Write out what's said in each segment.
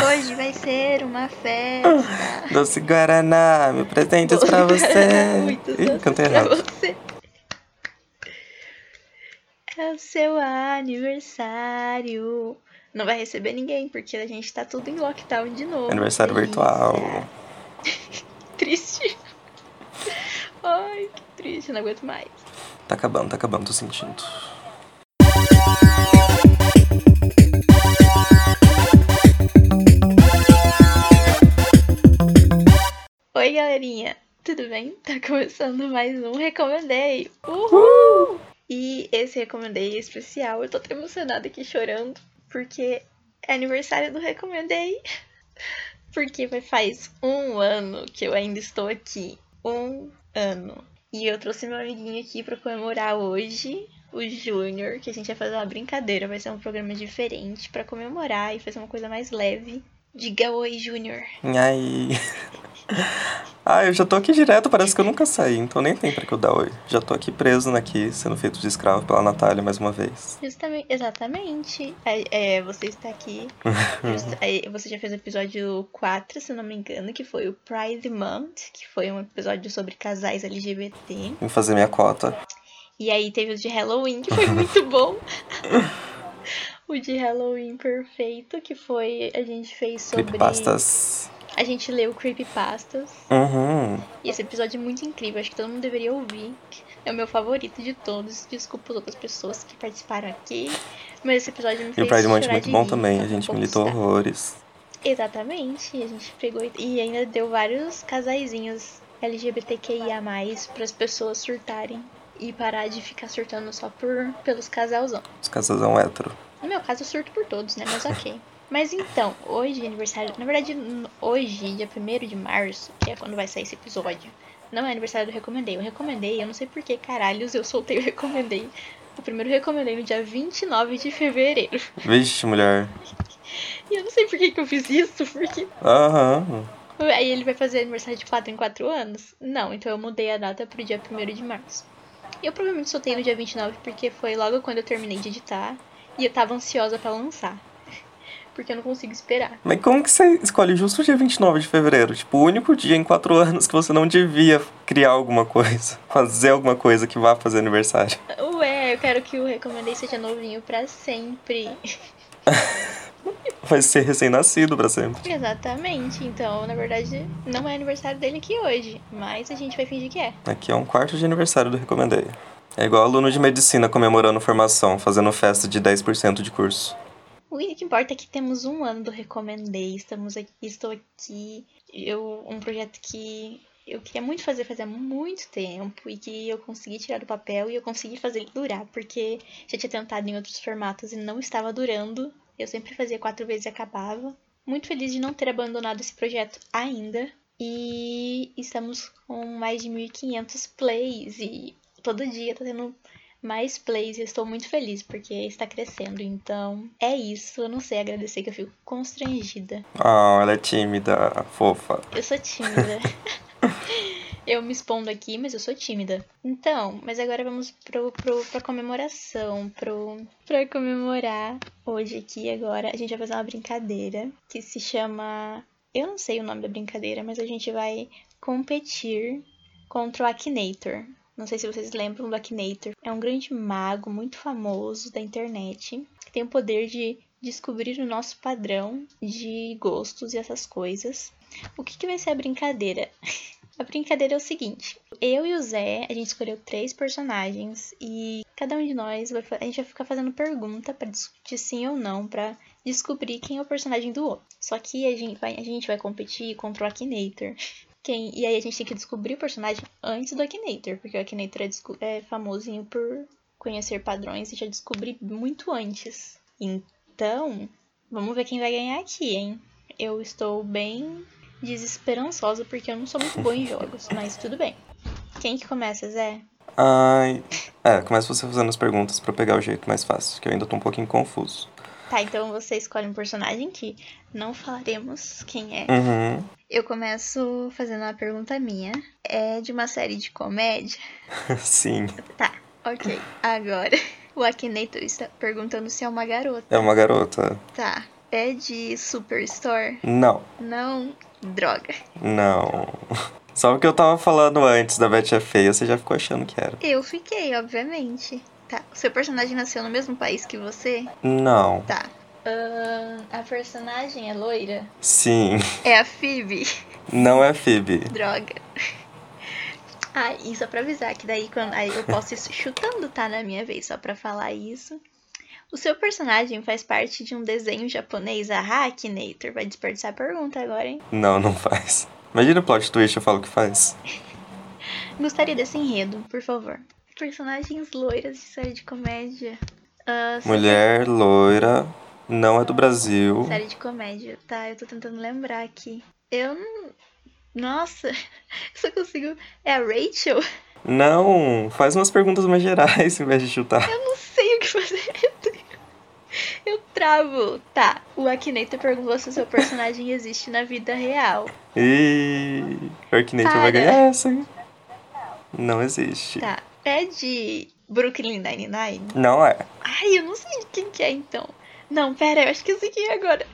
Hoje vai ser uma festa. Doce Guaraná, me presentes pra você. Muitos Ih, doces cantei pra errado. você. É o seu aniversário. Não vai receber ninguém, porque a gente tá tudo em lockdown de novo. Aniversário Delícia. virtual. Triste. Ai, que triste, não aguento mais. Tá acabando, tá acabando, tô sentindo. Oi, galerinha. Tudo bem? Tá começando mais um Recomendei. Uhul! E esse Recomendei é especial. Eu tô até emocionada aqui chorando, porque é aniversário do Recomendei. Porque vai- faz um ano que eu ainda estou aqui. Um ano. E eu trouxe meu amiguinho aqui pra comemorar hoje, o Júnior, que a gente vai fazer uma brincadeira. Vai ser um programa diferente pra comemorar e fazer uma coisa mais leve. Diga oi, Júnior. E aí? Ah, eu já tô aqui direto, parece que eu nunca saí, então nem tem pra que eu dar oi. Já tô aqui preso naqui, sendo feito de escravo pela Natália mais uma vez. Justamente, exatamente. É, é, você está aqui. Justa- é, você já fez o episódio 4, se não me engano, que foi o Pride Month, que foi um episódio sobre casais LGBT. Vim fazer minha cota. E aí teve o de Halloween, que foi muito bom. o de Halloween perfeito, que foi. A gente fez sobre. Creepypastas. A gente leu Creepypastas. Uhum. E esse episódio é muito incrível, acho que todo mundo deveria ouvir. É o meu favorito de todos. Desculpa as outras pessoas que participaram aqui. Mas esse episódio me E fez o Pride Month é chorar muito de bom rir, também, tá? a gente Vou militou buscar. horrores. Exatamente, a gente pegou e- e ainda deu vários casaizinhos LGBTQIA+, para as pessoas surtarem e parar de ficar surtando só por pelos casalzão. Os casasão hétero. No meu caso, eu surto por todos, né? Mas ok. Mas então, hoje, aniversário. Na verdade, n- hoje, dia 1 de março, que é quando vai sair esse episódio, não é aniversário do Recomendei. Eu recomendei, eu não sei por que caralhos eu soltei o Recomendei. O primeiro Recomendei no dia 29 de fevereiro. Vixe, mulher. E eu não sei por que, que eu fiz isso, porque. Aham. Aí ele vai fazer aniversário de 4 em 4 anos? Não, então eu mudei a data pro dia 1 de março. Eu provavelmente soltei no dia 29 porque foi logo quando eu terminei de editar e eu tava ansiosa pra lançar. Porque eu não consigo esperar. Mas como que você escolhe justo o dia 29 de fevereiro? Tipo, o único dia em quatro anos que você não devia criar alguma coisa. Fazer alguma coisa que vá fazer aniversário. Ué, eu quero que o Recomendei seja novinho pra sempre. Vai ser recém-nascido pra sempre. Exatamente, então na verdade não é aniversário dele aqui hoje, mas a gente vai fingir que é. Aqui é um quarto de aniversário do Recomendei. É igual aluno de medicina comemorando formação, fazendo festa de 10% de curso. O único que importa é que temos um ano do Recomendei, estamos aqui, estou aqui. Eu, um projeto que eu queria muito fazer fazia muito tempo e que eu consegui tirar do papel e eu consegui fazer ele durar, porque já tinha tentado em outros formatos e não estava durando. Eu sempre fazia quatro vezes e acabava. Muito feliz de não ter abandonado esse projeto ainda. E estamos com mais de 1.500 plays e todo dia tá tendo mais plays e eu estou muito feliz porque está crescendo. Então é isso. Eu não sei agradecer que eu fico constrangida. Ah, ela é tímida, fofa. Eu sou tímida. eu me expondo aqui, mas eu sou tímida. Então, mas agora vamos pro, pro, pra comemoração. Pro, pra comemorar hoje aqui agora. A gente vai fazer uma brincadeira que se chama. Eu não sei o nome da brincadeira, mas a gente vai competir contra o Akinator. Não sei se vocês lembram do Akinator. É um grande mago muito famoso da internet que tem o poder de descobrir o nosso padrão de gostos e essas coisas. O que, que vai ser a brincadeira? A brincadeira é o seguinte: eu e o Zé, a gente escolheu três personagens e cada um de nós vai, fa- a gente vai ficar fazendo pergunta pra discutir sim ou não, pra descobrir quem é o personagem do outro. Só que a gente vai, a gente vai competir contra o Akinator. Quem, e aí a gente tem que descobrir o personagem antes do Akinator, porque o Akinator é, desco- é famosinho por conhecer padrões e já descobrir muito antes. Então, vamos ver quem vai ganhar aqui, hein? Eu estou bem desesperançosa porque eu não sou muito boa em jogos, mas tudo bem. Quem que começa, Zé? Ai. É, começa você fazendo as perguntas pra eu pegar o jeito mais fácil, que eu ainda tô um pouquinho confuso. Tá, então você escolhe um personagem que não falaremos quem é. Uhum. Eu começo fazendo uma pergunta minha. É de uma série de comédia? Sim. Tá, ok. Agora, o Akinator está perguntando se é uma garota. É uma garota. Tá. É de Superstore? Não, Não. Droga. não. Só porque eu tava falando antes da Betty é feia, você já ficou achando que era. Eu fiquei, obviamente. Tá. O seu personagem nasceu no mesmo país que você? Não. Tá. Ahn, a personagem é loira? Sim. É a Phoebe. Não é Phoebe. Droga. Ah, e só pra avisar que daí quando aí eu posso ir chutando, tá? Na minha vez, só pra falar isso. O seu personagem faz parte de um desenho japonês, a Hackinator. Vai desperdiçar a pergunta agora, hein? Não, não faz. Imagina o plot twist, eu falo que faz. Gostaria desse enredo, por favor. Personagens loiras de série de comédia. Ah, série- Mulher loira, não é do Brasil. Série de comédia, tá? Eu tô tentando lembrar aqui. Eu não. Nossa, eu só consigo. É a Rachel? Não, faz umas perguntas mais gerais em vez de chutar. Eu não sei o que fazer. Eu travo. Tá, o Akinator perguntou se o seu personagem existe na vida real. E pior que Nathan vai Para. ganhar essa, hein? Não existe. Tá, é de Brooklyn Nine-Nine? Não é. Ai, eu não sei de quem que é então. Não, pera, eu acho que eu sei quem é agora.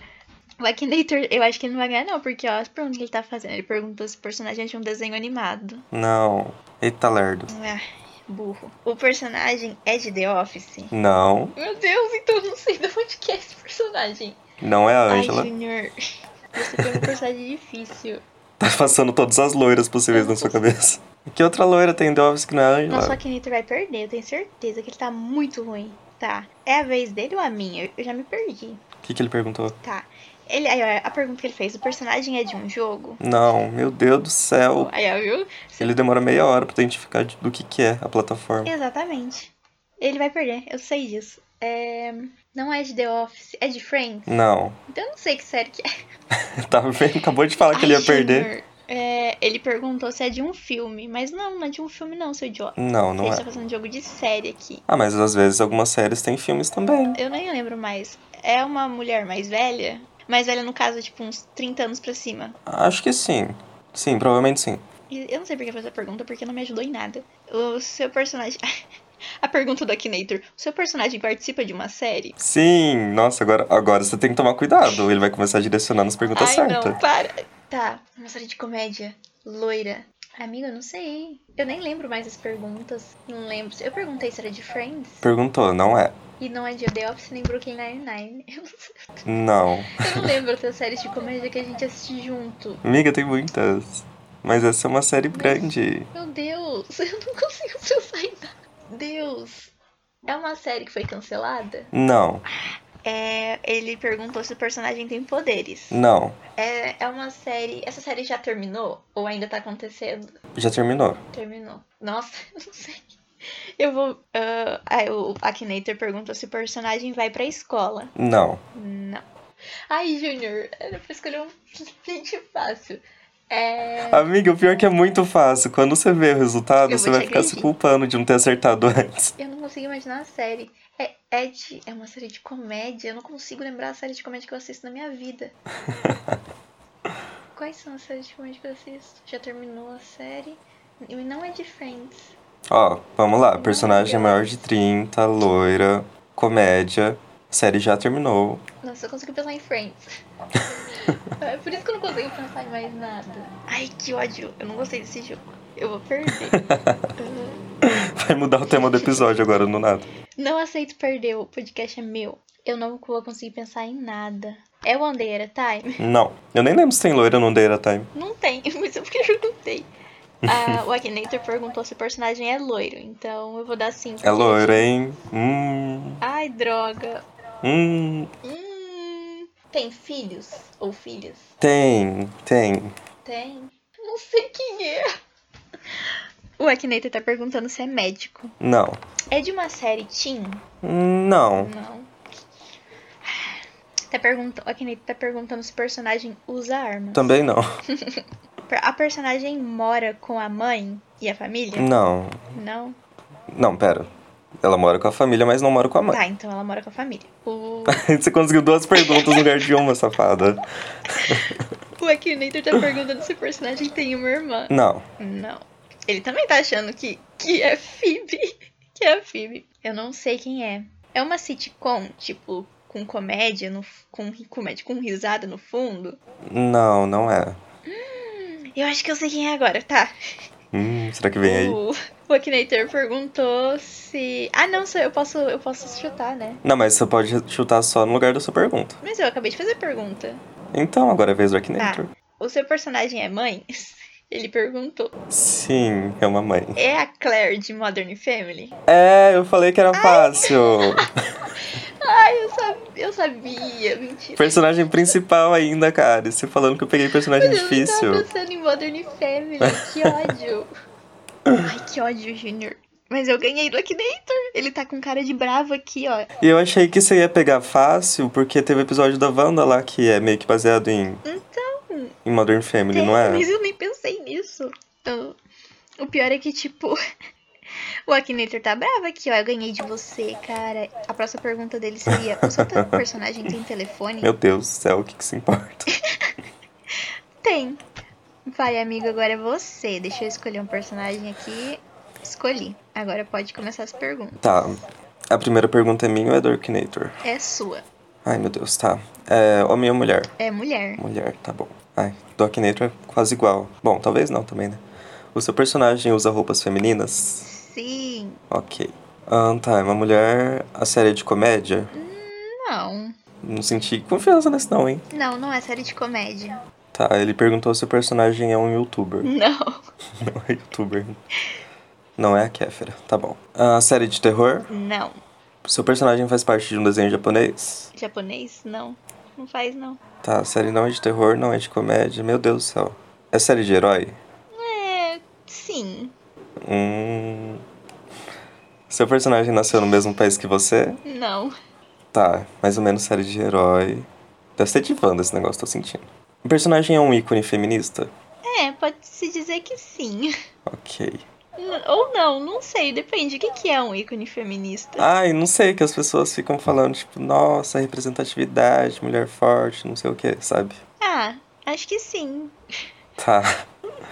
O Akinator, eu acho que ele não vai ganhar não, porque ó, as perguntas que ele tá fazendo. Ele perguntou se o personagem é de um desenho animado. Não. Eita lerdo. Ah, burro. O personagem é de The Office? Não. Meu Deus, então eu não sei de onde que é esse personagem. Não é a Angela. Ai, Junior. Você pegou um personagem difícil. Tá passando todas as loiras possíveis na sua cabeça. Que outra loira tem em The Office que não é a Angela? Nossa, o Akinator vai perder, eu tenho certeza que ele tá muito ruim. Tá. É a vez dele ou a minha? Eu já me perdi. O que, que ele perguntou? Tá. Ele, aí, ó, a pergunta que ele fez: o personagem é de um jogo? Não, meu Deus do céu. Aí, ó, viu? Sim. Ele demora meia hora pra identificar de- do que, que é a plataforma. Exatamente. Ele vai perder, eu sei disso. É... Não é de The Office, é de Friends. Não. Então eu não sei que série que é. Tá vendo? Acabou de falar que ele Ai, ia perder. Junior, é, ele perguntou se é de um filme, mas não, não é de um filme não, seu idiota. Não, não Você é. tá fazendo jogo de série aqui. Ah, mas às vezes algumas séries têm filmes também. Eu nem lembro mais. É uma mulher mais velha? Mais velha, no caso, tipo, uns 30 anos pra cima. Acho que sim. Sim, provavelmente sim. E Eu não sei porque eu fiz essa pergunta, porque não me ajudou em nada. O seu personagem... A pergunta do Akinator. O seu personagem participa de uma série? Sim, nossa, agora, agora você tem que tomar cuidado. Ele vai começar direcionando as perguntas Ai, certas. não, para. Tá, uma série de comédia. Loira. Amiga, eu não sei. Eu nem lembro mais as perguntas. Não lembro. Eu perguntei se era de Friends. Perguntou, não é? E não é de The Office nem Brooklyn Nine-Nine. Eu não sei. Não. Eu não lembro outras séries de comédia que a gente assiste junto. Amiga, tem muitas. Mas essa é uma série grande. Meu Deus, eu não consigo pensar em nada. Deus. É uma série que foi cancelada? Não, É. Ele perguntou se o personagem tem poderes. não. É, é uma série. Essa série já terminou? Ou ainda tá acontecendo? Já terminou. Terminou. Nossa, eu não sei. Eu vou. ah, aí o Akinator perguntou se o personagem vai pra escola. Não. Não. Ai, Junior, era pra escolher um gente fácil. É. Amiga, o pior é que é muito fácil. Quando você vê o resultado, Eu você vou vai te ficar se agredir. culpando de não ter acertado antes. Eu não consigo imaginar a série. É, é, de- é uma série de comédia. Eu não consigo lembrar a série de comédia que eu assisto na minha vida. Quais são as séries de comédia que eu assisto? Já terminou a série? E não é de Friends. Ó, vamos lá. Personagem maior de 30, loira, comédia. Série já terminou. Nossa, eu consigo pensar em Friends. é por isso que eu não consigo pensar em mais nada. Ai, que ódio. Eu não gostei desse jogo. Eu vou perder. Ah, Vai mudar o tema do episódio agora, do nada. não aceito perder. O podcast é meu. Eu não vou conseguir pensar em nada. É One Day at a Time? Não. Eu nem lembro se tem loira no Data Time. Não tem, mas eu porque eu perguntei. Ah, o Akinator perguntou se o personagem é loiro, então eu vou dar 5. É loira, hein? Hum. Ai, droga. Hum. Hum, tem filhos? Ou filhas? Tem, tem. Tem. Não sei quem é. O Akinator tá perguntando se é médico. Não. É de uma série Teen? Não. Não. Tá perguntando, o Akinator tá perguntando se o personagem usa armas. Também não. A personagem mora com a mãe e a família? Não. Não. Não, pera. Ela mora com a família, mas não mora com a mãe. Tá, então ela mora com a família. O, Você conseguiu duas perguntas no lugar de uma, safada. o Akinator tá perguntando se o personagem tem uma irmã. Não. Não. Ele também tá achando que, que é Phoebe. Que é a Phoebe. Eu não sei quem é. É uma sitcom, tipo, com comédia, no, com comédia, com risada no fundo? Não, não é. Eu acho que eu sei quem é agora, tá? Hum, será que vem aí? O o Akinator perguntou se. Ah, não, sou eu posso, eu posso chutar, né? Não, mas você pode chutar só no lugar da sua pergunta. Mas eu acabei de fazer a pergunta. Então, agora é a vez do Tá. Akinator. O seu personagem é mãe? Ele perguntou. Sim, é uma mãe. É a Claire de Modern Family? É, eu falei que era fácil. Ai, eu, sab... eu sabia, mentira. personagem principal ainda, cara. E Você falando que eu peguei personagem Mas Eu não difícil. tava pensando em Modern Family, que ódio. Ai, que ódio, Junior. Mas eu ganhei do Akinator. Ele tá com cara de bravo aqui, ó. E eu achei que você ia pegar fácil, porque teve o episódio da Wanda lá que é meio que baseado em, Então, em Modern Family, tem, não é? mas eu nem pensei nisso. Eu- O pior é que, tipo, o Akinator tá bravo aqui, ó. Eu ganhei de você, cara. A próxima pergunta dele seria: O seu personagem tem telefone? Meu Deus do céu, o que, que se importa? Tem. Vai, amigo, agora é você. Deixa eu escolher um personagem aqui. Escolhi. Agora pode começar as perguntas. tá. A primeira pergunta é minha ou é do Akinator? É sua. Ai, meu Deus, tá. É, homem ou mulher? É mulher. Mulher, tá bom. Ai, do Akinator é quase igual. Bom, talvez não também, né? O seu personagem usa roupas femininas? Sim. Ok. Ah, tá, é uma mulher. A série é de comédia? Não. Não senti confiança nesse não, hein? Não, não é série de comédia. Tá, ele perguntou se o personagem é um youtuber. Não. não é youtuber. Não é a Kéfera, tá bom. A série de terror? Não. Seu personagem faz parte de um desenho japonês? Japonês? Não. Não faz, não. Tá, a série não é de terror, não é de comédia. Meu Deus do céu. É série de herói? É. Sim. Hum. Seu personagem nasceu no mesmo país que você? Não. Tá, mais ou menos série de herói. Deve ser de Wanda esse negócio, tô sentindo. O personagem é um ícone feminista? É, pode-se dizer que sim. Ok. N- Ou não, não sei. Depende. O que que é um ícone feminista? Ai, não sei, que as pessoas ficam falando, tipo, nossa, representatividade, mulher forte, não sei o que, sabe? Ah, acho que sim. Tá.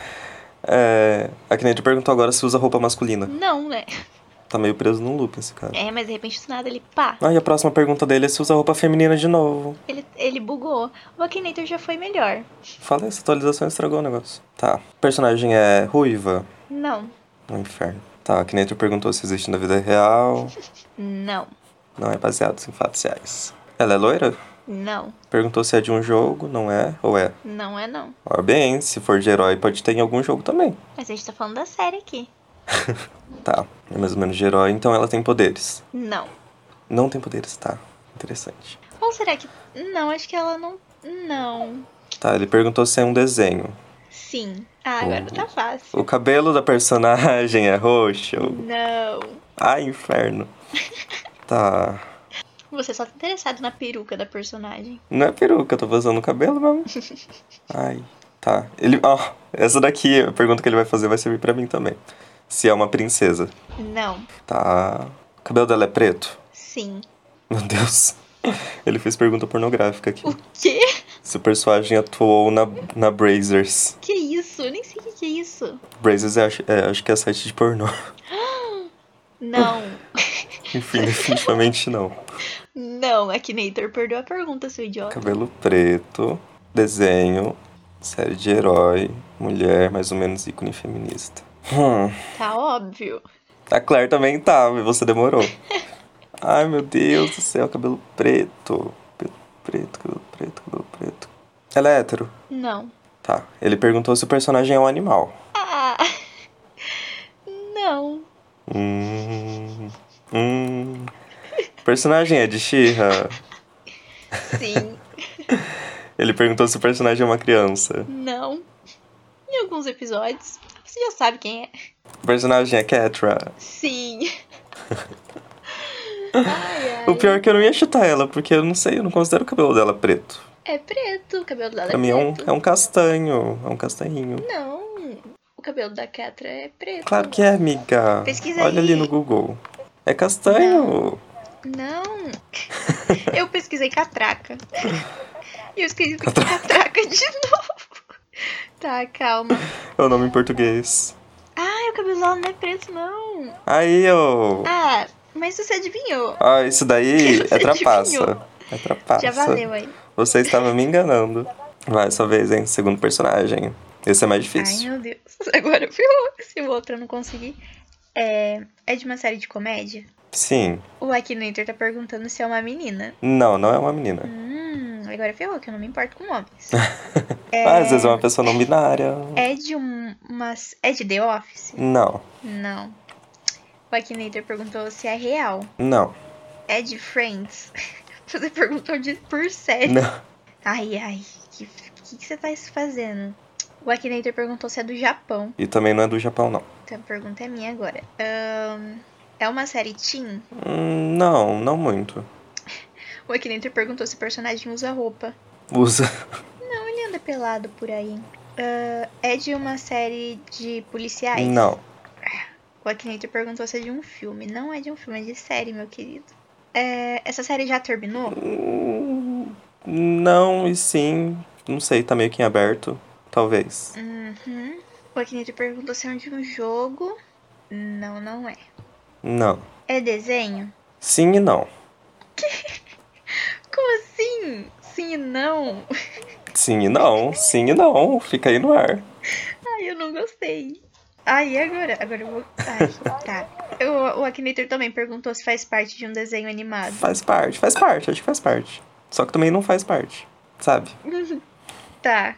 É, a Kennedy perguntou agora se usa roupa masculina. Não, né? Tá meio preso num loop esse cara. É, mas de repente do nada ele pá. Ah, e a próxima pergunta dele é se usa roupa feminina de novo. Ele, ele bugou. O Akinator já foi melhor. Fala essa atualização estragou o negócio. Tá. O personagem é ruiva? Não. No inferno. Tá, a Kennedy perguntou se existe na vida real. Não. Não é baseado em fatos reais. Ela é loira? Não. Perguntou se é de um jogo, não é? Ou é? Não é não. Ó, bem, se for de herói, pode ter em algum jogo também. Mas a gente tá falando da série aqui. Tá, é mais ou menos de herói, então ela tem poderes. Não. Não tem poderes, tá. Interessante. Ou será que. Não, acho que ela não. Não. Tá, ele perguntou se é um desenho. Sim. Ah, agora tá fácil. O cabelo da personagem é roxo? Não. Ai, inferno. Tá. Você só tá interessado na peruca da personagem. Não é peruca, eu tô vazando o cabelo mesmo. Ai, tá. Ele. Ó, essa daqui, a pergunta que ele vai fazer vai servir pra mim também. Se é uma princesa. Não. Tá. O cabelo dela é preto? Sim. Meu Deus. Ele fez pergunta pornográfica aqui. O quê? Se o personagem atuou na, na Brazers. Que isso? Eu nem sei o que, que é isso. Brazers é, acho- é, acho que é site de pornô. Não. Enfim, definitivamente não. não, Akinator perdeu a pergunta, seu idiota. Cabelo preto, desenho, série de herói, mulher, mais ou menos ícone feminista. Hum. Tá óbvio. A Claire também tava e você demorou. Ai, meu Deus do céu, cabelo preto. Cabelo preto, cabelo preto, cabelo preto. Ela é hétero? Não. Tá. Ele perguntou se o personagem é um animal. Ah. Não. Hum. Hum. O personagem é de Xirra? Sim. Ele perguntou se o personagem é uma criança. não. Em alguns episódios. Você já sabe quem é. O personagem é Catra. Sim. ai, ai. O pior é que eu não ia chutar ela, porque eu não sei, eu não considero o cabelo dela preto. É preto. O cabelo dela é Pra mim é um, preto. é um castanho, é um castanhinho. Não. O cabelo da Catra é preto. Claro que é, amiga. Pesquisa Olha ali aí. no Google. É castanho. Não. Eu pesquisei catraca. E eu esqueci de catraca de novo. Tá, calma. É o nome em português. Ai, o cabelo dela não é preto, não. Aí, ô. Ah, mas você adivinhou. Ah, isso daí Você é trapaça. adivinhou. Vai pra passa. Já valeu aí. Você estava me enganando. Vai, sua vez, hein? Segundo personagem. Esse é mais Ai, difícil. meu Deus. Agora pior. Se o outro eu não conseguir. É, é de uma série de comédia? Sim. O Akinator tá perguntando se é uma menina. Não, não é uma menina. Hum, agora ferrou, que eu não me importo com homens. Ah, às vezes é uma pessoa não binária. É de um. Mas. É de The Office? Não, Não. O Akinator perguntou se é real. não, É de Friends? Você perguntou de por série. não. Ai, ai. O que, que, que você tá fazendo? O Akinator perguntou se é do Japão. E também não é do Japão, não. Então a pergunta é minha agora. Ahn, é uma série Teen? Hum, não, não muito. O Akinator perguntou se o personagem usa roupa. Usa. Não, ele anda pelado por aí. Ahn, é de uma série de policiais? Não. O Akinator perguntou se é de um filme. Não é de um filme, é de série, meu querido. É, essa série já terminou? Hum, Não e sim. Não sei, tá meio que em aberto. Talvez. Uhum. O Akinator perguntou se é de um jogo. Não, não é. Não. É desenho? Sim e não. Como assim? Sim e não. Sim e não. Sim e não. Fica aí no ar. Ai, eu não gostei. Ai, e agora? Agora eu vou. Ai, tá. O, o Akinator também perguntou se faz parte de um desenho animado. Faz parte, faz parte, acho que faz parte. Só que também não faz parte, sabe? Tá.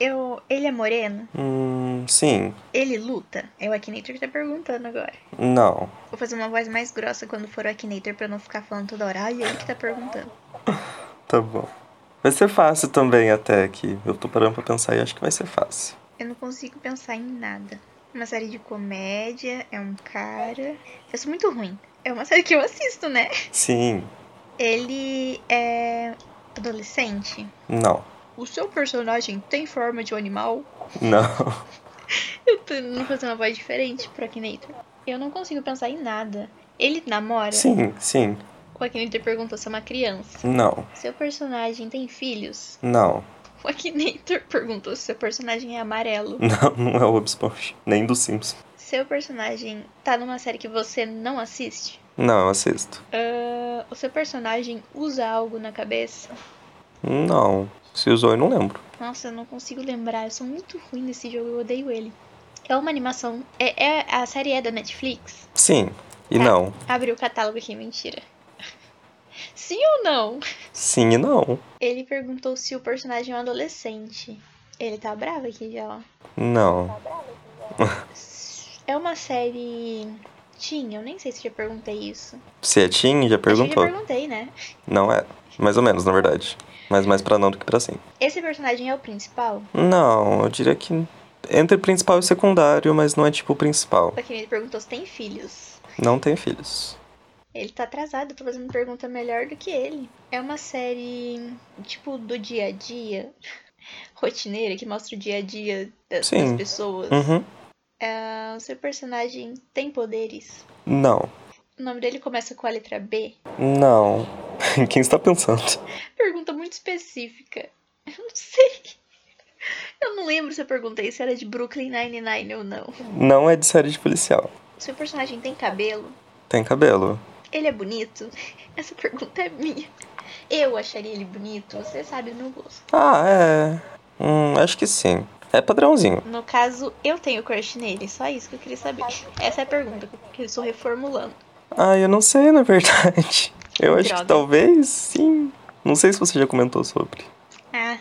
Eu, ele é moreno? Hum, sim. Ele luta? É o Akinator que tá perguntando agora. Não. Vou fazer uma voz mais grossa quando for o Akinator pra eu não ficar falando toda hora. Ai, ele que tá perguntando. Tá bom. Vai ser fácil também até aqui. Eu tô parando pra pensar e acho que vai ser fácil. Eu não consigo pensar em nada. Uma série de comédia, é um cara. Eu sou muito ruim. É uma série que eu assisto, né? Sim. Ele é adolescente. Não. O seu personagem tem forma de um animal? Não. Eu tô não fazendo uma voz diferente pro Akinator. Eu não consigo pensar em nada. Ele namora? Sim, sim. O Akinator perguntou se é uma criança. Não. Seu personagem tem filhos? Não. O Akinator perguntou se seu personagem é amarelo. Não, não é o Bob Esponja. Nem do Simpsons. Seu personagem tá numa série que você não assiste? Não, eu assisto. Ah, o seu personagem usa algo na cabeça? Não. Se usou, eu não lembro. Nossa, eu não consigo lembrar. Eu sou muito ruim nesse jogo, eu odeio ele. É uma animação. É, é- a série é da Netflix? Sim. E Tá. não. Abriu o catálogo aqui, mentira. Sim ou não? Sim e não. Ele perguntou se o personagem é um adolescente. Ele tá bravo aqui já, ó. Não. É uma série. Teen, eu nem sei se eu já perguntei isso. Se é Acho que Tim, já eu já perguntou. perguntei, né? Não é. Mais ou menos, na verdade. Mas mais pra não do que pra sim. Esse personagem é o principal? Não, eu diria que entre principal e secundário, mas não é tipo o principal. Porque ele perguntou se tem filhos. Não tem filhos. Ele tá atrasado, eu tô fazendo pergunta melhor do que ele. É uma série, tipo, do dia a dia, rotineira, que mostra o dia a dia da- das, Sim. pessoas. Uhum. Ah, o seu personagem tem poderes? Não. O nome dele começa com a letra B? Não. Em Quem está pensando? Pergunta muito específica. Eu não sei. Eu não lembro se eu perguntei se era de Brooklyn Nine-Nine ou não. Não é de série de policial. O seu personagem tem cabelo? Tem cabelo. Ele é bonito? Essa pergunta é minha. Eu acharia ele bonito, você sabe o meu gosto. Ah, é. Hum, acho que sim. É padrãozinho. No caso, eu tenho crush nele, só isso que eu queria saber. Essa é a pergunta que eu estou reformulando. Ah, eu não sei, na verdade. Eu acho Droga. que talvez sim. Não sei se você já comentou sobre. Ah,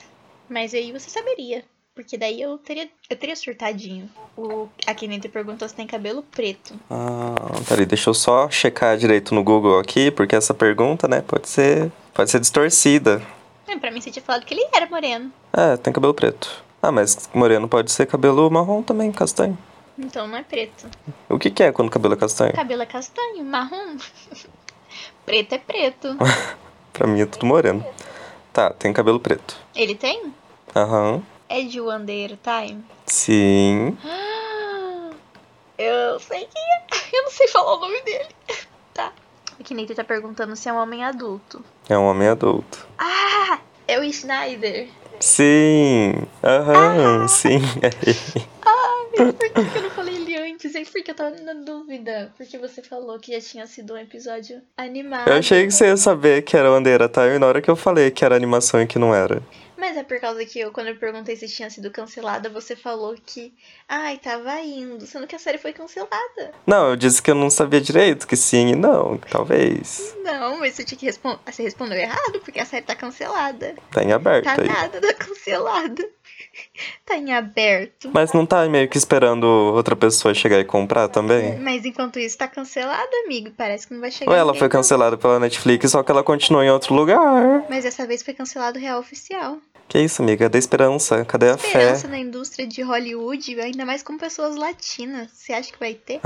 mas aí você saberia. Porque daí eu teria, eu teria surtadinho. O Akinete perguntou se tem cabelo preto. Ah, peraí, deixa eu só checar direito no Google aqui, porque essa pergunta, né, pode ser. Pode ser distorcida. É, pra mim você tinha falado que ele era moreno. É, tem cabelo preto. Ah, mas moreno pode ser cabelo marrom também, castanho. Então não é preto. O que, que é quando o cabelo é castanho? Cabelo é castanho, marrom. preto é preto. Pra mim é tudo moreno. Tá, tem cabelo preto. Ele tem? Aham. É de One Day at a Time? Sim. Ah, Eu sei quem é. Eu não sei falar o nome dele. Tá. O Kineito tá perguntando se é um homem adulto. É um homem adulto. Ah! É o Schneider. Sim. É Aham, sim. Mas por que que eu não falei ele antes? pesquisei porque eu tava na dúvida. Porque você falou que já tinha sido um episódio animado. Eu achei que você ia saber que era Bandeira Time na hora que eu falei que era animação e que não era. Mas é por causa que eu, quando eu perguntei se tinha sido cancelada, você falou que. Ai, tava indo. Sendo que a série foi cancelada. Não, eu disse que eu não sabia direito, que sim e não, que talvez. Não, mas você tinha que responder. Você respondeu errado, porque a série tá cancelada. Tá em aberto Tá aí. nada, tá cancelada. Tá em aberto. Mas não tá meio que esperando outra pessoa chegar e comprar também? Mas enquanto isso tá cancelado, amigo. Parece que não vai chegar. Ou ela ninguém, foi não. cancelada pela Netflix, só que ela continuou em outro lugar. Mas dessa vez foi cancelado o real oficial. Que isso, amiga? Cadê a esperança? Cadê a Tá fé? Esperança na indústria de Hollywood, ainda mais com pessoas latinas. Você acha que vai ter?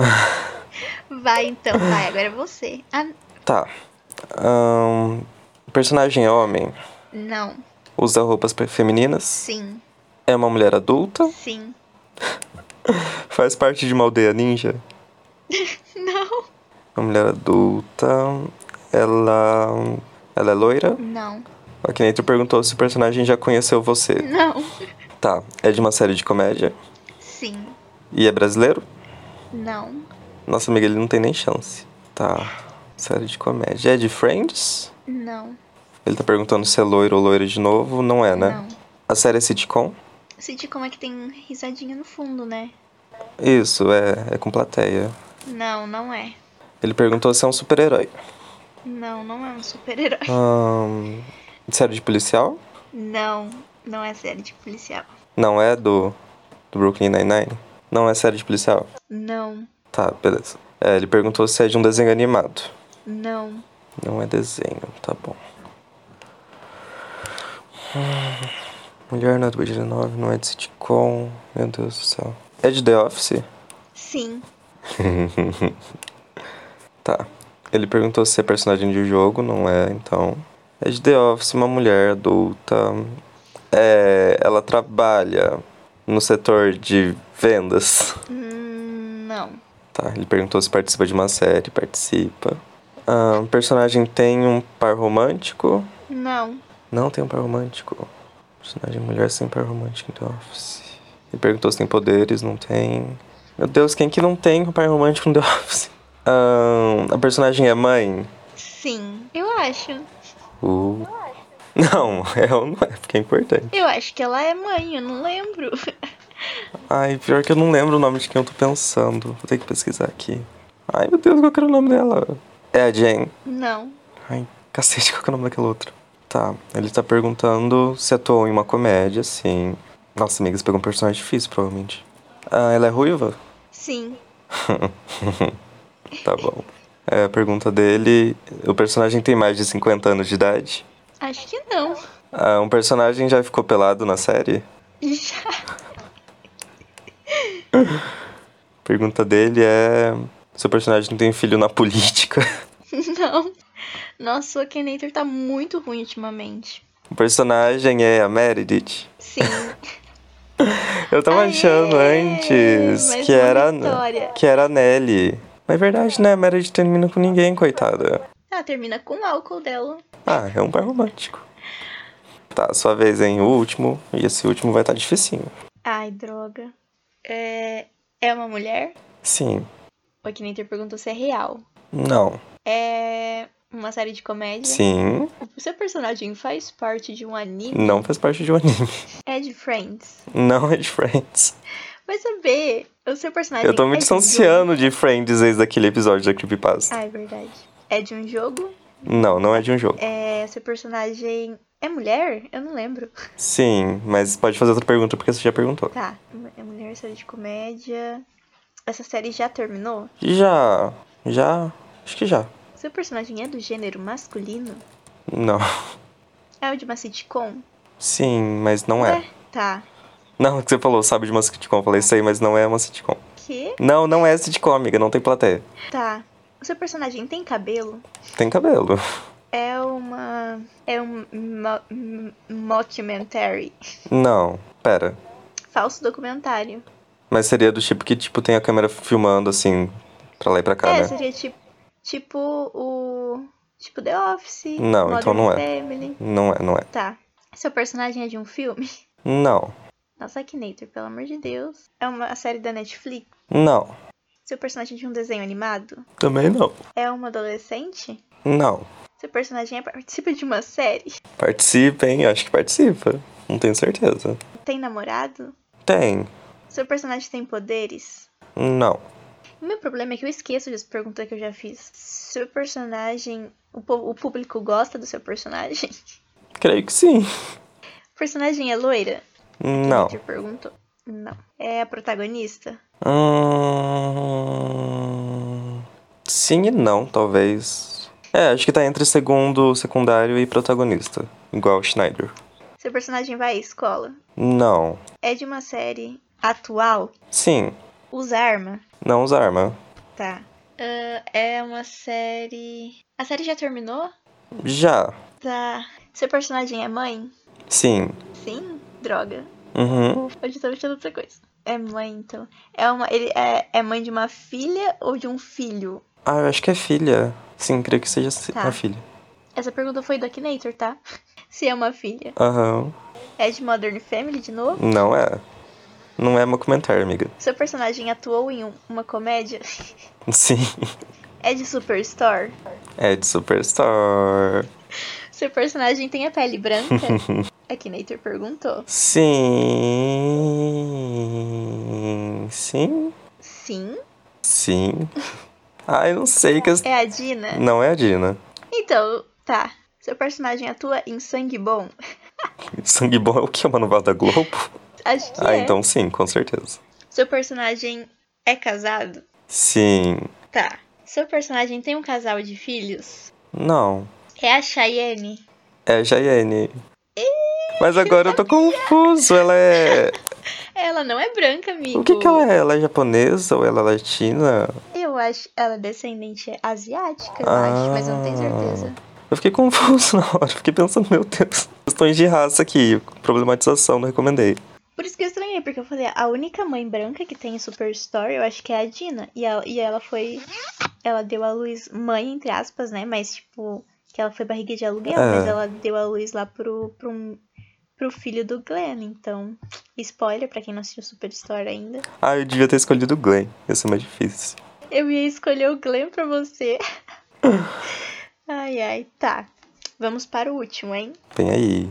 vai então, vai, agora é você. Ah, Tá. Ahn, o personagem é homem, não. usa roupas pe- femininas, Sim, é uma mulher adulta, sim. faz parte de uma aldeia ninja. Não, Uma mulher adulta, ela. Ela é loira? não, A Kineto perguntou se o personagem já conheceu você. não. Tá, é de uma série de comédia Sim, e é brasileiro? não, Nossa, amiga, ele não tem nem chance. Tá, série de comédia. É de Friends? não, Ele tá perguntando se é loiro ou loira de novo. Não é, né? não. A série é sitcom? Sitcom é que tem risadinha no fundo, né? Isso, é, é com plateia. Não, não é. Ele perguntou se é um super-herói. Não, não é um super-herói. Ahn, série de policial? Não, não é série de policial. Não é do, do Brooklyn Nine-Nine? Não é série de policial? Não, Tá, beleza. É, ele perguntou se é de um desenho animado. não. Não é desenho, tá bom. Hum, Mulher na 2019, não é de sitcom. Meu Deus do céu. É de The Office? Sim, Tá. Ele perguntou se é personagem de jogo, não é, então. É de The Office, uma mulher adulta. É. Ela trabalha no setor de vendas. hum, não. Tá, ele perguntou se participa de uma série, participa. Ah, o personagem tem um par romântico? Não, Não tem um par romântico. Um Personagem mulher sem par romântico em The Office. Ele perguntou se tem poderes, não tem. Meu Deus, quem que não tem um par romântico no The Office? Ah, a personagem é mãe? sim. Eu acho. Uh. Não, é ou não é, porque é importante. Eu acho que ela é mãe, eu não lembro. Ai, pior que eu não lembro o nome de quem eu tô pensando. Vou ter que pesquisar aqui. Ai, meu Deus, qual que era o nome dela? É a Jane. Não, Ai, cacete, qual que é o nome daquela outra? Tá, ele tá perguntando se atuou em uma comédia, sim. Nossa, amiga, você pegou um personagem difícil, provavelmente. Ah, ela é ruiva? sim, Tá bom. É, a pergunta dele... O personagem tem mais de 50 anos de idade? acho que não. Ah, um personagem já ficou pelado na série? Já, A pergunta dele é... Se o personagem tem filho na política? não. Nossa, o Akinator tá muito ruim ultimamente. O personagem é a Meredith? Sim, Eu tava Aê! achando antes Mais que uma era, vitória. que era a Nelly. Mas é verdade, né? A Meredith termina com ninguém, coitada. ela termina com o álcool dela. Ah, é um par romântico. Tá, sua vez, hein? O último. E esse último vai estar dificinho. Ai, droga. É, é uma mulher? Sim. O Akinator perguntou se é real. Não. É uma série de comédia? Sim. O seu personagem faz parte de um anime? Não faz parte de um anime. É de Friends. Não é de Friends. Vai saber, o seu personagem Eu tô me é de um distanciando de Friends desde aquele episódio da jogo? Creepypasta. Ah, é verdade. É de um jogo? Não, não é de um jogo. É, seu personagem é mulher? Eu não lembro. Sim, mas pode fazer outra pergunta porque você já perguntou. Tá, é mulher, série de comédia. Essa série já terminou? Já. Já. Acho que já. Seu personagem é do gênero masculino? Não. É o de uma sitcom? Sim, mas não é. Tá. Não, que você falou, sabe de uma sitcom. Eu falei, sei, mas não é uma sitcom. Que? Não, não é sitcom, amiga, não tem plateia. Tá. O seu personagem tem cabelo? Tem cabelo. É uma. É um mo- m- mockumentary. Não, pera. Falso documentário. Mas seria do tipo que, tipo, tem a câmera filmando, assim, pra lá e pra cá, é, né? seria tipo. Tipo o. Tipo The Office. Não, então não é. Family. Não é, não é. Tá. Seu personagem é de um filme? Não, Nossa, Akinator, pelo amor de Deus. É uma série da Netflix? não. Seu personagem de um desenho animado? Também não. É uma adolescente? Não. Seu personagem é- participa de uma série? Participem, acho que participa. Não tenho certeza. Tem namorado? Tem. Seu personagem tem poderes? Não. O meu problema é que eu esqueço das perguntas que eu já fiz. Seu personagem. O, po- o público gosta do seu personagem? Creio que sim. O personagem é loira? Não. Te perguntou? Não. É a protagonista? Hum... Sim e não, talvez. É, acho que tá entre segundo, secundário e protagonista. Igual Schneider. Seu personagem vai à escola? Não. É de uma série atual? Sim. Usa arma? Não usa arma. Tá. Ah, é uma série. A série já terminou? Já. Tá. Seu personagem é mãe? Sim. Sim? Droga. Uhum. Hoje eu tô mexendo outra coisa. É mãe, então. É uma. Ele é, é mãe de uma filha ou de um filho? Ah, eu acho que é filha. Sim, creio que seja si- Tá. a filha. Essa pergunta foi do Akinator, tá? Se é uma filha. Aham. É de Modern Family de novo? Não é. Não é meu comentário, amiga. Seu personagem atuou em um- uma comédia? Sim. É de Superstore? É de Superstar. Seu personagem tem a pele branca? Akinator perguntou. Sim. Sim. Sim. Sim. Ai, não sei que. as- É a Dina? Não é a Dina. Então, tá. Seu personagem atua em Sangue Bom? Sangue Bom é o que? É uma novela da Globo? Acho que Ah, é. então sim, com certeza. Seu personagem é casado? Sim. Tá. Seu personagem tem um casal de filhos? Não. É a Cheyenne? É a Jaiane. Mas agora eu tô confuso. Ela é. Ela não é branca, amigo. O que que ela é? Ela é japonesa ou ela é latina? Eu acho ela é descendente asiática, eu Ah. acho, mas eu não tenho certeza. Eu fiquei confuso na hora, fiquei pensando, meu Deus, questões de raça aqui, problematização, não recomendei. Por isso que eu estranhei, porque eu falei, a única mãe branca que tem em Superstore, eu acho que é a Dina. E ela, e ela foi. Ela deu à luz mãe, entre aspas, né? Mas, tipo, que ela foi barriga de aluguel, É. mas ela deu à luz lá pro, pro, um, pro filho do Glenn. Então, spoiler pra quem não assistiu Superstore ainda. Ah, eu devia ter escolhido o Glenn, ia ser mais difícil. Eu ia escolher o Glenn pra você. ai, ai, tá. Vamos para o último, hein? Vem aí.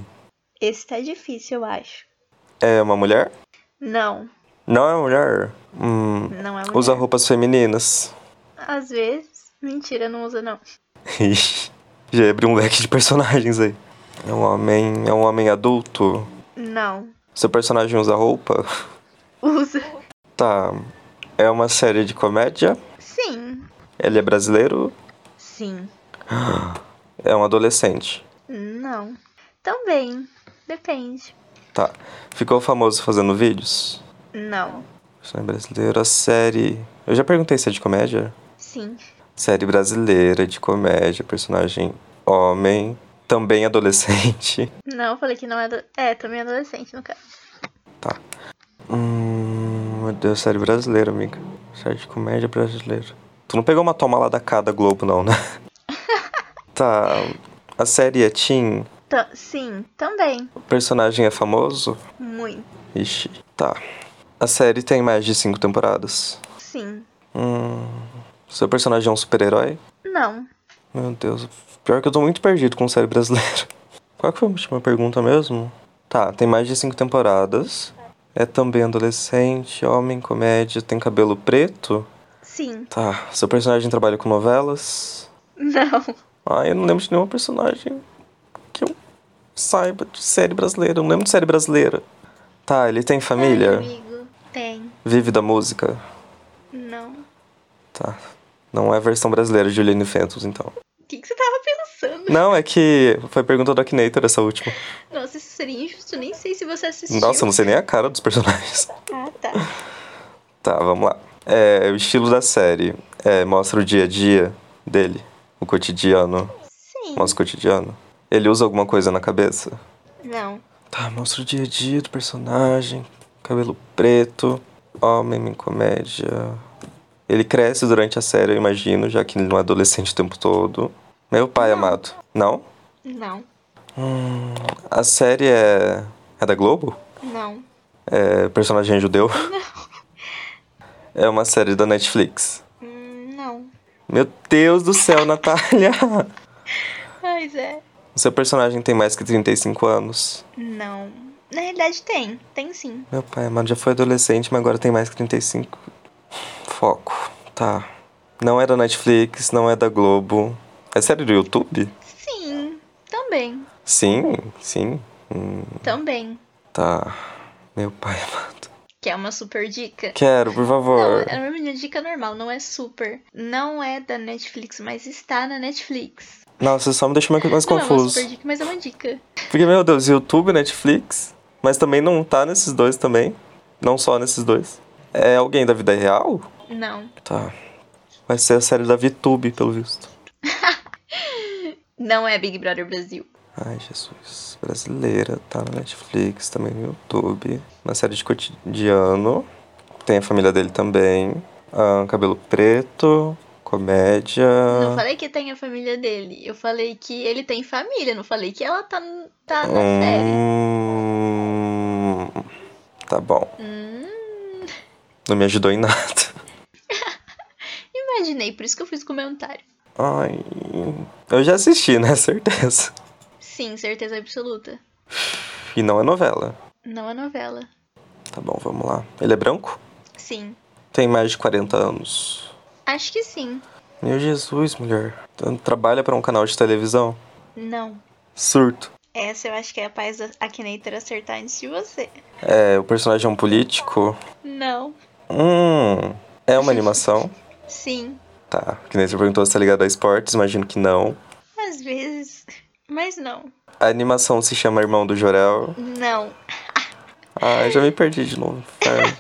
Esse tá difícil, eu acho. É uma mulher? Não, Não é uma mulher? Hum, não é mulher. usa roupas femininas. Às vezes. Mentira, não usa, não. Ixi, já abri um leque de personagens aí. É um homem, é um homem adulto? Não. Seu personagem usa roupa? Usa. Tá, é uma série de comédia, Sim. ele é brasileiro, Sim. é um adolescente. Não. Também. Depende. Tá, ficou famoso fazendo vídeos? Não. Personagem brasileiro, a série. Eu já perguntei se é de comédia? Sim. Série brasileira de comédia, personagem homem, também adolescente. Não, eu falei que não é. ado- É, também é adolescente, no caso. tá. Hum, meu Deus, série brasileira, amiga. Série de comédia brasileira. Tu não pegou uma toma lá da cá da Globo, não, né? tá. A série é Teen, Ta- sim, também. o personagem é famoso? Muito. Ixi, tá. A série tem mais de cinco temporadas. Sim. Hum. Seu personagem é um super-herói? Não. Meu Deus, pior que eu tô muito perdido com série brasileira. Qual que foi a última pergunta mesmo? Tá, tem mais de cinco temporadas. É também adolescente, homem, comédia, tem cabelo preto. Sim. Tá, seu personagem trabalha com novelas. Não. Ah, eu não lembro de nenhuma personagem que eu saiba de série brasileira. Eu não lembro de série brasileira. Tá, ele tem Ai, família? amigo. Tem. Vive da música? Não. O Tá. Não é a versão brasileira de Juliane Fentos, então. que, que você tava pensando? Não, é que foi pergunta do Akinator essa última. Nossa, isso seria injusto. Nem sei se você assistiu. Nossa, eu não sei nem a cara dos personagens. Ah, tá. Tá, vamos lá. É, o estilo da série é, mostra o dia a dia dele, o cotidiano, Sim. mostra o cotidiano. Ele usa alguma coisa na cabeça? Não. Tá, mostra o dia a dia do personagem, cabelo preto, homem em comédia. Ele cresce durante a série, eu imagino, já que ele não é adolescente o tempo todo. Meu pai amado. Não? Não. A série é. É da Globo? Não. É, personagem judeu? É uma série da Netflix. Hum, não. Meu Deus do céu, Natália! Pois é. O seu personagem tem mais que 35 anos. Não. Na realidade tem. Tem sim. Meu pai amado já foi adolescente, mas agora tem mais que 35. Foco. Tá. Não é da Netflix, não é da Globo. É série do YouTube? Sim. Também. Sim, sim. Hum, Também. tá. Meu pai amado. Que é uma super dica. Quero, por Não, favor. é uma minha dica normal, não é super. Não é da Netflix, mas está na Netflix. Nossa, só me deixou mais, mais Não é uma confuso. super dica, mas é uma dica. Porque, meu Deus, YouTube, Netflix, mas também não tá nesses dois também. Não só nesses dois. É alguém da vida real? Não. Tá. Vai ser a série da VTube, pelo visto. Não é Big Brother Brasil. Ai, Jesus. Brasileira, tá na Netflix, também no YouTube. Uma série de cotidiano. Tem a família dele também. Ah, cabelo preto. Comédia. Não falei que tem a família dele. Eu falei que ele tem família. Não falei que ela tá, n- tá na série. Hum, tá bom. Hum, Não me ajudou em nada. imaginei, por isso que eu fiz o comentário. Ai. Eu já assisti, né? Certeza. Sim, certeza absoluta. E não é novela. Não é novela. Tá bom, vamos lá. Ele é branco? Sim. Tem mais de 40 anos. Acho que sim. Meu Jesus, mulher. Então, Trabalha pra um canal de televisão? Não. Surto. Essa eu acho que é a paz da Akinator acertar antes de você. É, o personagem é um político? Não. Hum. É uma animação? Sim. Tá. Que nem você perguntou se tá ligado a esportes, imagino que não. Às vezes. Mas não. A animação se chama Irmão do Jorel. Não. Ai, já me perdi de novo. inferno.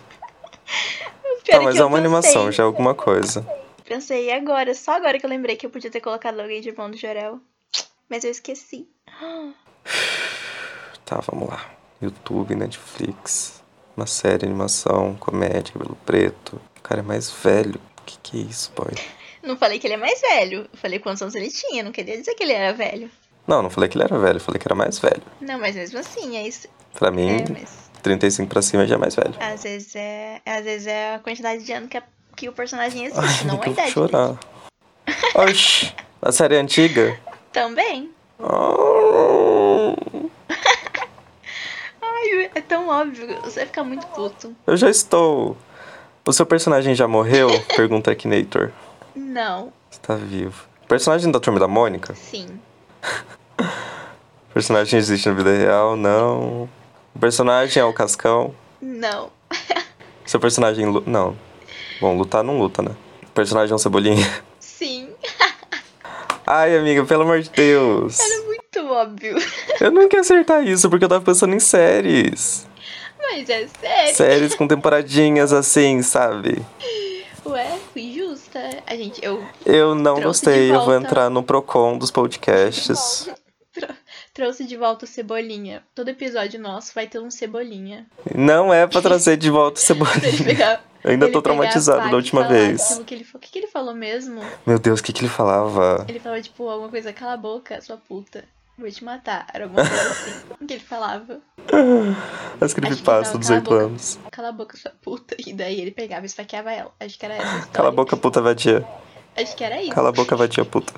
O pior Tá, mas que é eu uma animação, já é alguma coisa. Pensei agora, só agora que eu lembrei que eu podia ter colocado alguém de irmão do Jorel. Mas eu esqueci. Tá, vamos lá. YouTube, Netflix, uma série, animação, comédia, cabelo preto. O cara é mais velho. Que que é isso, boy? Não falei que ele é mais velho. Eu falei quantos anos ele tinha. Não queria dizer que ele era velho. Não, não falei que ele era velho, falei que era mais velho. Não, mas mesmo assim, é isso. Pra mim, É, mas 35 pra cima já é mais velho. às vezes é. Às vezes é a quantidade de ano que, a- que o personagem existe, Ai, É, não a que eu vou idade. chorar. Oxi, a série é antiga? dele. Também. Ah, Ai, é tão óbvio. Você fica muito puto. Eu já estou. O seu personagem já morreu? Pergunta aqui, Nator. Não. Está vivo. Personagem da turma da Mônica? Sim. Personagem existe na vida real? Não. O personagem é o Cascão? Não. Seu personagem. lu- Não. Bom, lutar não luta, né? Personagem é um cebolinha. Sim. Ai, amiga, pelo amor de Deus. Era muito óbvio. Eu não queria acertar isso porque eu tava pensando em séries. Mas é sério. Séries com temporadinhas assim, sabe? Ué, fui justa. A gente, eu Eu não Trouxe gostei, de eu vou volta. entrar no Procon dos podcasts. tro- trouxe de volta o Cebolinha. Todo episódio nosso vai ter um Cebolinha. Não é pra trazer de volta o Pra ele cebolinha. pegar. Eu ainda tô traumatizado da última vez. O que, ele, fa- o que que ele falou mesmo? Meu Deus, o que, que ele falava? Ele falava, tipo, alguma coisa, cala a boca, sua puta. Vou te matar. Era alguma coisa assim. O que ele falava? As Acho creepypasta que dos ele tava oito com a boca- anos. Cala a boca, sua puta. E daí ele pegava e esfaqueava ela. Acho que era essa a história. Cala a boca, puta vadia. Acho que era isso. Cala a boca, vadia, puta.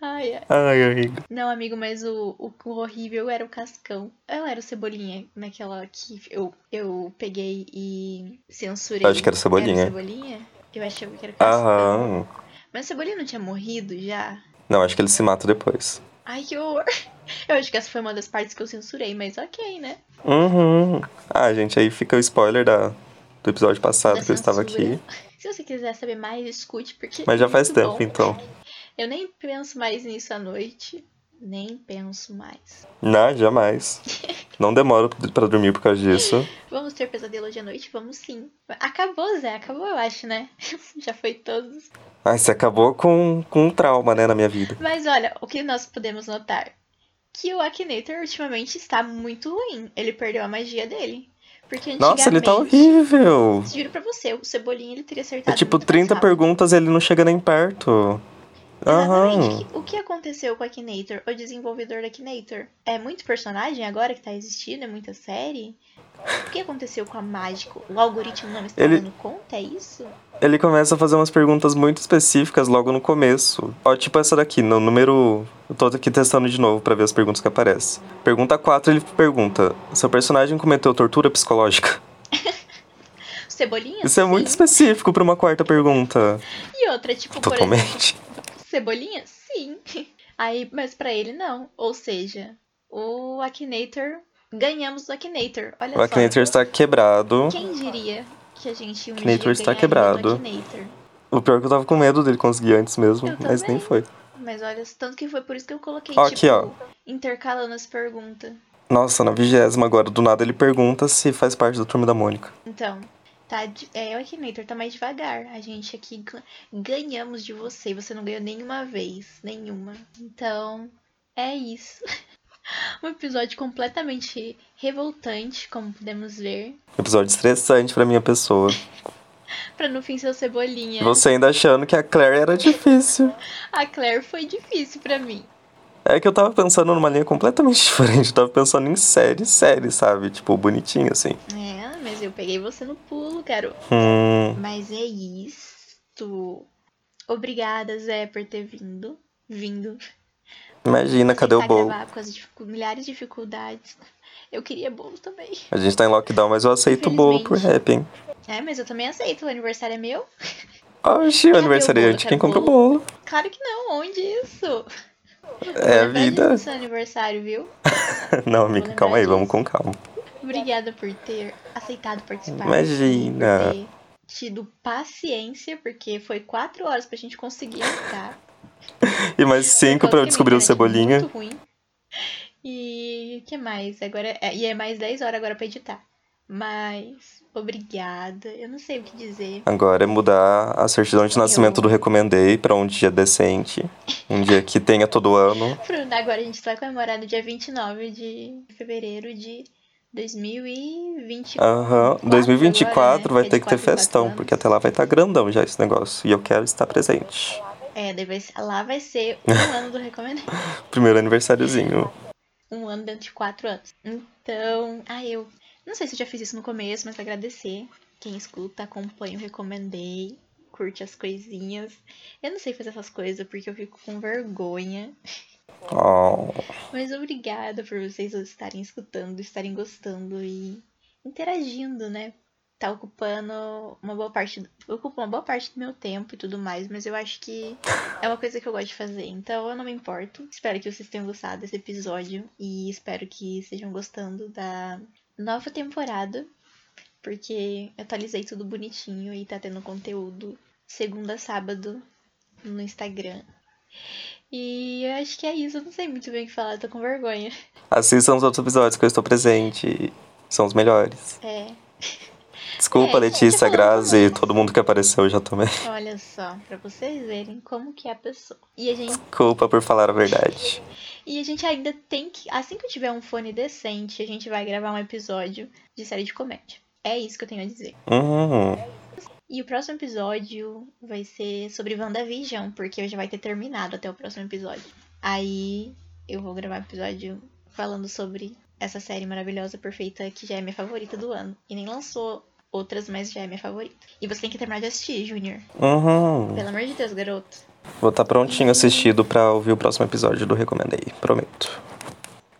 Ai, ai. Ai, amigo. Não, amigo, mas o, o, o horrível era o cascão. Eu era o cebolinha naquela que eu, eu peguei e censurei. Acho que era o Cebolinha. Era o cebolinha? Eu achava que era o cascão. Aham. Mas o cebolinha não tinha morrido já? Não, acho que ele se mata depois. Ai, que horror. Eu acho que essa foi uma das partes que eu censurei, mas ok, né? Uhum. Ah, gente, aí fica o spoiler da, do episódio passado Da que eu estava censura. aqui. Se você quiser saber mais, escute, porque. Mas já é faz muito tempo, bom. então. Eu nem penso mais nisso à noite. Nem penso mais. Não, jamais. Não demoro pra dormir por causa disso. Vamos ter pesadelo hoje à noite? Vamos sim. Acabou, Zé. Acabou, eu acho, né? Já foi todos. Ai, você acabou com, com um trauma, né, na minha vida. Mas olha, o que nós podemos notar? Que o Akinator ultimamente está muito ruim. Ele perdeu a magia dele. Porque antigamente... Nossa, ele tá horrível. Juro pra você, o Cebolinha ele teria acertado É Tá tipo muito mais 30 rápido. perguntas e ele não chega nem perto. Exatamente. O que aconteceu com a Akinator, o desenvolvedor da Akinator? É muito personagem agora que tá existindo? É muita série? O que aconteceu com a Mágico? O algoritmo não está Ele- dando conta? É isso? Ele começa a fazer umas perguntas muito específicas logo no começo. Ó, tipo essa daqui, no número. um. Eu tô aqui testando de novo pra ver as perguntas que aparecem. Pergunta 4, ele pergunta: Seu personagem cometeu tortura psicológica? Cebolinha? Isso é muito Sim. específico pra uma quarta pergunta. E outra, tipo, por exemplo, Totalmente. Cebolinha? Sim. Aí, mas pra ele não. Ou seja, o Akinator. Ganhamos do Akinator. Olha O só. Akinator está quebrado. Quem diria que a gente um Akinator dia está ganharia do quebrado. Akinator? O pior é que eu tava com medo dele conseguir antes mesmo, Eu mas também. nem foi. Mas olha, tanto que foi por isso que eu coloquei, Ó, aqui, tipo, ó. intercalando as perguntas. Nossa, na vigésima agora, do nada ele pergunta se faz parte da turma da Mônica. Então, tá, de- é, o Akinator tá mais devagar. A gente aqui gan- ganhamos de você e você não ganhou nenhuma vez. Nenhuma. Então, é isso. um episódio completamente revoltante, como pudemos ver. Episódio estressante pra minha pessoa. Pra no fim ser o Cebolinha. E você ainda achando que a Claire era difícil. A Claire foi difícil pra mim. É que eu tava pensando numa linha completamente diferente. Eu tava pensando em série, série, sabe? Tipo, bonitinho assim. É, mas eu peguei você no pulo, garoto. Hum. Mas é isto. Obrigada, Zé, por ter vindo. Vindo. Imagina, cadê o Aceitar bolo? gravar por causa de dificu- milhares de dificuldades. Eu queria bolo também. A gente tá em lockdown, mas eu aceito o bolo por Infelizmente. rap, hein? É, mas eu também aceito. O aniversário é meu? Oxi, o aniversariante, bolo? quem Quero compra o bolo? Claro que não. Onde isso? É a vida. Do seu aniversário, viu? Não, amiga, lembrar calma aí, disso. vamos com calma. Obrigada por ter aceitado participar. Imagina. Por ter tido paciência, porque foi quatro horas pra gente conseguir entrar. E mais cinco pra eu Basicamente, descobrir o era, tipo, Cebolinha. Muito ruim. E o que mais? Agora, é, e é mais 10 horas agora pra editar. Mas, obrigada. Eu não sei o que dizer. Agora é mudar a certidão de nascimento do Recomendei pra um dia decente. Um dia que tenha todo ano. Bruno, agora a gente vai comemorar no dia 29 de fevereiro de 2024. Aham. 2024 agora, né? vai É ter de que ter né? quatro em quatro festão, anos. porque até lá vai estar grandão já esse negócio. E eu quero estar presente. É, daí vai ser- lá vai ser um ano do recomendado. Primeiro aniversáriozinho. Um ano dentro de quatro anos. Então, ah, eu não sei se eu já fiz isso no começo, mas agradecer quem escuta, acompanha, eu recomendei, curte as coisinhas. Eu não sei fazer essas coisas porque eu fico com vergonha. Oh, Mas obrigada por vocês estarem escutando, estarem gostando e interagindo, né? Tá ocupando uma boa parte, do- ocupa uma boa parte do meu tempo e tudo mais, mas eu acho que é uma coisa que eu gosto de fazer, então eu não me importo. Espero que vocês tenham gostado desse episódio e espero que estejam gostando da nova temporada, porque eu atualizei tudo bonitinho e tá tendo conteúdo segunda a sábado no Instagram. E eu acho que é isso. Eu não sei muito bem o que falar, eu tô com vergonha. assistam os outros episódios que eu estou presente. São os melhores. É, Desculpa, É, Letícia, tá falando Grazi, demais. todo mundo que apareceu já também. olha só, pra vocês verem como que é a pessoa. E a gente, Desculpa por falar a verdade. e a gente ainda tem que. Assim que eu tiver um fone decente, a gente vai gravar um episódio de série de comédia. É isso que eu tenho a dizer. Uhum. E o próximo episódio vai ser sobre WandaVision, porque já vai ter terminado até o próximo episódio. Aí eu vou gravar um episódio falando sobre essa série maravilhosa, perfeita, que já é minha favorita do ano. E nem lançou outras, mas já é minha favorita. E você tem que terminar de assistir, Junior. Uhum. Pelo amor de Deus, garoto. Vou estar prontinho assistido pra ouvir o próximo episódio do Recomendei, prometo.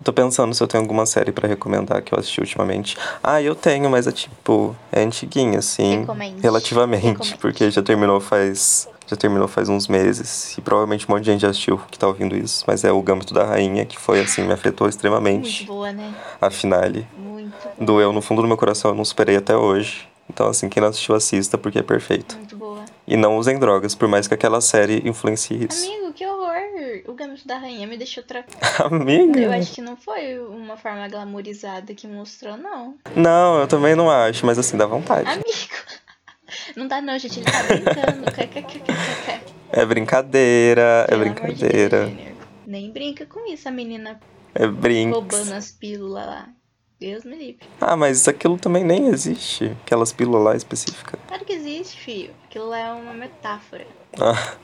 Tô pensando se eu tenho alguma série pra recomendar que eu assisti ultimamente. Ah, eu tenho, mas é tipo, é antiguinha, assim. Recomende. Relativamente, Recomende. porque já terminou faz. Já terminou faz uns meses. E provavelmente um monte de gente já assistiu que tá ouvindo isso. Mas é o Gâmbito da Rainha, que foi assim, me afetou Muito extremamente boa, né? a finale. Muito, Doeu no fundo do meu coração, eu não superei até hoje. Então, assim, quem não assistiu, assista, porque é perfeito. muito boa. E não usem drogas, por mais que aquela série influencie isso. Amigo, que horror! O Gambito da Rainha me deixou tra... Amiga! Eu acho que não foi uma forma glamourizada que mostrou, não. Não, eu também não acho, mas assim, dá vontade. Amigo! Não dá não, gente. Ele tá brincando. KKKKK. É brincadeira, é Pelo amor de Deus, brincadeira. Junior. Nem brinca com isso, a menina É brinks. roubando as pílulas lá. Deus me livre. Ah, mas aquilo também nem existe. Aquelas pílulas lá específicas. Claro que existe, filho. Aquilo lá é uma metáfora. Ah,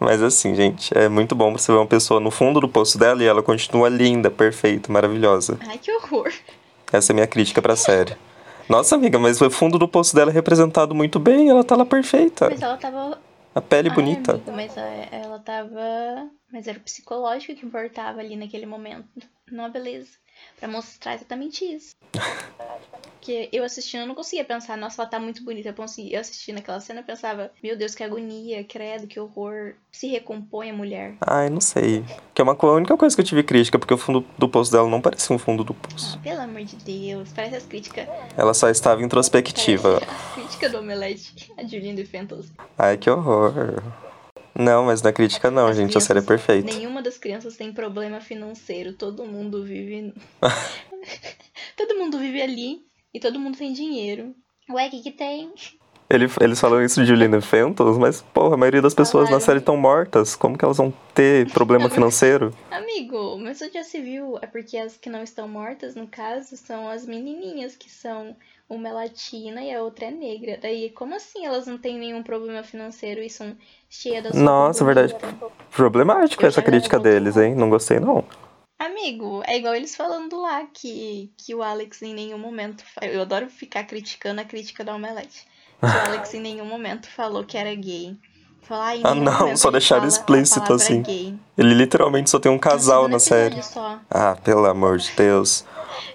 Mas assim, gente, é muito bom você ver uma pessoa no fundo do poço dela e ela continua linda, perfeita, maravilhosa. Ai, que horror. Essa é a minha crítica pra série. Nossa, amiga, mas o fundo do poço dela é representado muito bem, ela tá lá perfeita. Mas ela tá tava. A pele Ai, é bonita. amigo, é mas ela- ela tava. Mas era o psicológico que importava ali naquele momento. Não a beleza. Pra mostrar exatamente isso. Porque eu assistindo eu não conseguia pensar, nossa, ela tá muito bonita. Eu, consegui, eu assistindo aquela cena eu pensava, meu Deus, que agonia, credo, que horror. Se recompõe a mulher. Ai, não sei. Que é uma co- a única coisa que eu tive crítica, porque o fundo do poço dela não parecia um fundo do poço. Ah, pelo amor de Deus, parece as críticas. Ela só estava introspectiva. Parece as críticas do Omelete, a Julian do Fantasy. Ai, que horror. Não, mas na crítica não, As gente. A série é crianças- perfeita. Nenhuma das crianças tem problema financeiro. Todo mundo vive. todo mundo vive ali e todo mundo tem dinheiro. Ué, o que, que tem? Ele, eles falam isso de Juliana Fentos, mas, porra, a maioria das pessoas na Falaram. série estão mortas. Como que elas vão ter problema financeiro? Amigo, mas você já se viu? É porque as que não estão mortas, no caso, são as menininhas que são uma é latina e a outra é negra. Daí, como assim elas não têm nenhum problema financeiro e são cheias da sua Nossa, é bonita? verdade. Problemático Eu essa já crítica lembro. deles, hein? Não gostei, não. Amigo, é igual eles falando lá que, que o Alex em nenhum momento. fa- Eu adoro ficar criticando a crítica da Omelete. Que o Alex em nenhum momento falou que era gay. Falar, Ah, não, só deixaram explícito assim. Gay. Ele literalmente só tem um casal No na segundo série. episódio Só. Ah, pelo amor de Deus.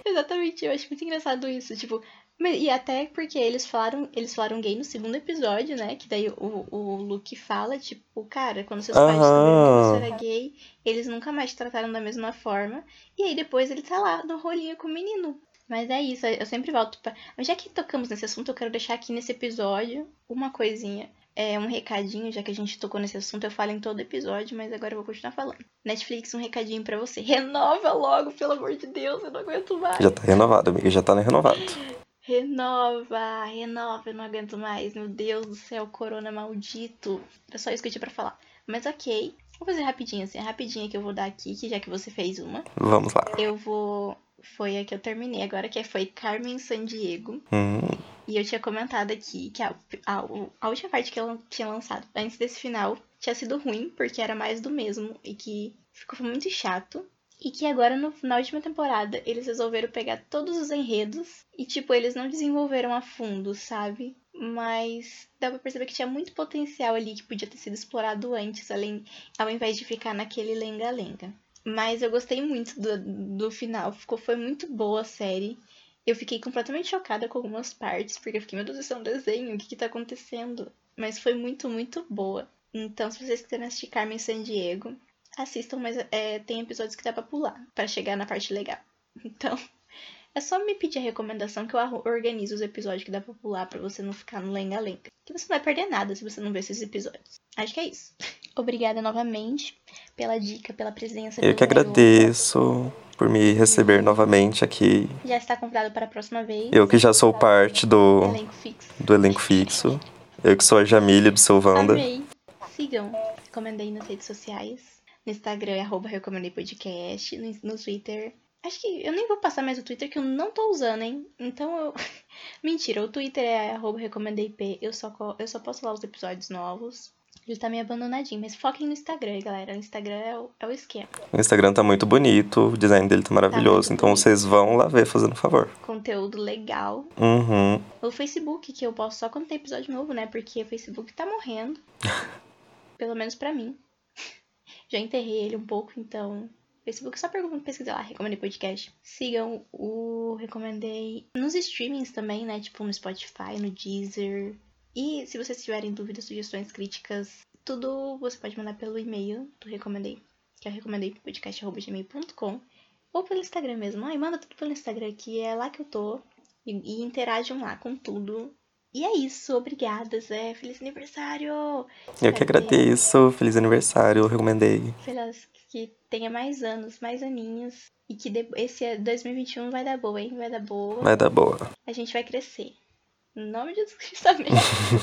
Exatamente, eu acho muito engraçado isso. Tipo, mas- e até porque eles falaram, eles falaram gay no segundo episódio, né? Que daí o, o Luke fala, tipo, cara, quando seus pais Aham. descobriram que você era gay, eles nunca mais te trataram da mesma forma. E aí depois ele tá lá, no rolinho com o menino. Mas é isso, eu sempre volto pra. Mas já que tocamos nesse assunto, eu quero deixar aqui nesse episódio uma coisinha. É um recadinho, já que a gente tocou nesse assunto, eu falo em todo episódio, mas agora eu vou continuar falando. Netflix, um recadinho pra você. Renova logo, pelo amor de Deus, eu não aguento mais. Já tá renovado, amiga. Já tá renovado. Renova, renova, eu não aguento mais. Meu Deus do céu, corona maldito. Era só isso que eu tinha pra falar. Mas ok, vou fazer rapidinho assim, a rapidinha que eu vou dar aqui, que já que você fez uma. Vamos lá. Eu vou. Foi a que eu terminei agora, que foi Carmen Sandiego. Hum, E eu tinha comentado aqui que a, a, a última parte que ela tinha lançado antes desse final tinha sido ruim, porque era mais do mesmo e que ficou muito chato. E que agora, no, na última temporada, eles resolveram pegar todos os enredos e, tipo, eles não desenvolveram a fundo, sabe? Mas dá pra perceber que tinha muito potencial ali que podia ter sido explorado antes, além, ao invés de ficar naquele lenga-lenga. Mas eu gostei muito do, do final, ficou, foi muito boa a série. Eu fiquei completamente chocada com algumas partes, porque eu fiquei, meu Deus, isso é um desenho, o que que tá acontecendo? Mas foi muito, muito boa. Então, se vocês quiserem assistir Carmen San Diego, assistam, mas é, tem episódios que dá pra pular, pra chegar na parte legal. Então, é só me pedir a recomendação que eu arru- organizo os episódios que dá pra pular, pra você não ficar no lenga-lenga. Que você não vai perder nada se você não ver esses episódios. Acho que é isso. Obrigada novamente pela dica, pela presença. eu pelo que carinho. agradeço por me receber novamente aqui. Já está convidado para a próxima vez. Eu que já sou parte do, Elenco fixo. do elenco fixo. Eu que sou a Jamile do Silvanda. Amei. Sigam. Recomendei nas redes sociais. No Instagram é arroba Recomendei Podcast. No, no Twitter. Acho que eu nem vou passar mais o Twitter que eu não tô usando, hein? Então eu. Mentira, o Twitter é arroba Recomendei P. Eu só, co- eu só posto lá os episódios novos. Ele tá meio abandonadinho, mas foquem no Instagram, galera. O Instagram é o, é o esquema. O Instagram tá muito bonito, o design dele tá maravilhoso. muito então bonito. vocês vão lá ver, fazendo um favor. Conteúdo legal. Uhum. O Facebook, que eu posto só quando tem episódio novo, né? Porque o Facebook tá morrendo. Pelo menos pra mim. Já enterrei ele um pouco, então. Facebook só pergunta, pesquisa lá, recomendei podcast. Sigam o Recomendei nos streamings também, né? Tipo no Spotify, no Deezer. E se vocês tiverem dúvidas, sugestões, críticas, tudo você pode mandar pelo e-mail do Recomendei, que é recomendei podcast.gmail.com ou pelo Instagram mesmo. Ai, manda tudo pelo Instagram, que é lá que eu tô e, e interajam lá com tudo. E é isso, obrigada, Zé. Feliz aniversário! Eu que agradeço. Feliz aniversário, eu recomendei. Feliz que tenha mais anos, mais aninhos. E que de- esse é, 2021 vai dar boa, hein? Vai dar boa. Vai dar boa. A gente vai crescer. Em nome de Jesus Cristo, amém.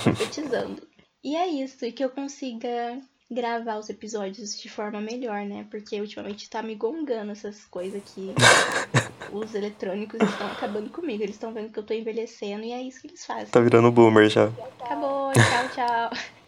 Profetizando. E é isso, e que eu consiga gravar os episódios de forma melhor, né? Porque ultimamente tá me gongando essas coisas que os eletrônicos estão acabando comigo. Eles estão vendo que eu tô envelhecendo e é isso que eles fazem. Tá virando boomer já. Acabou, tchau, tchau.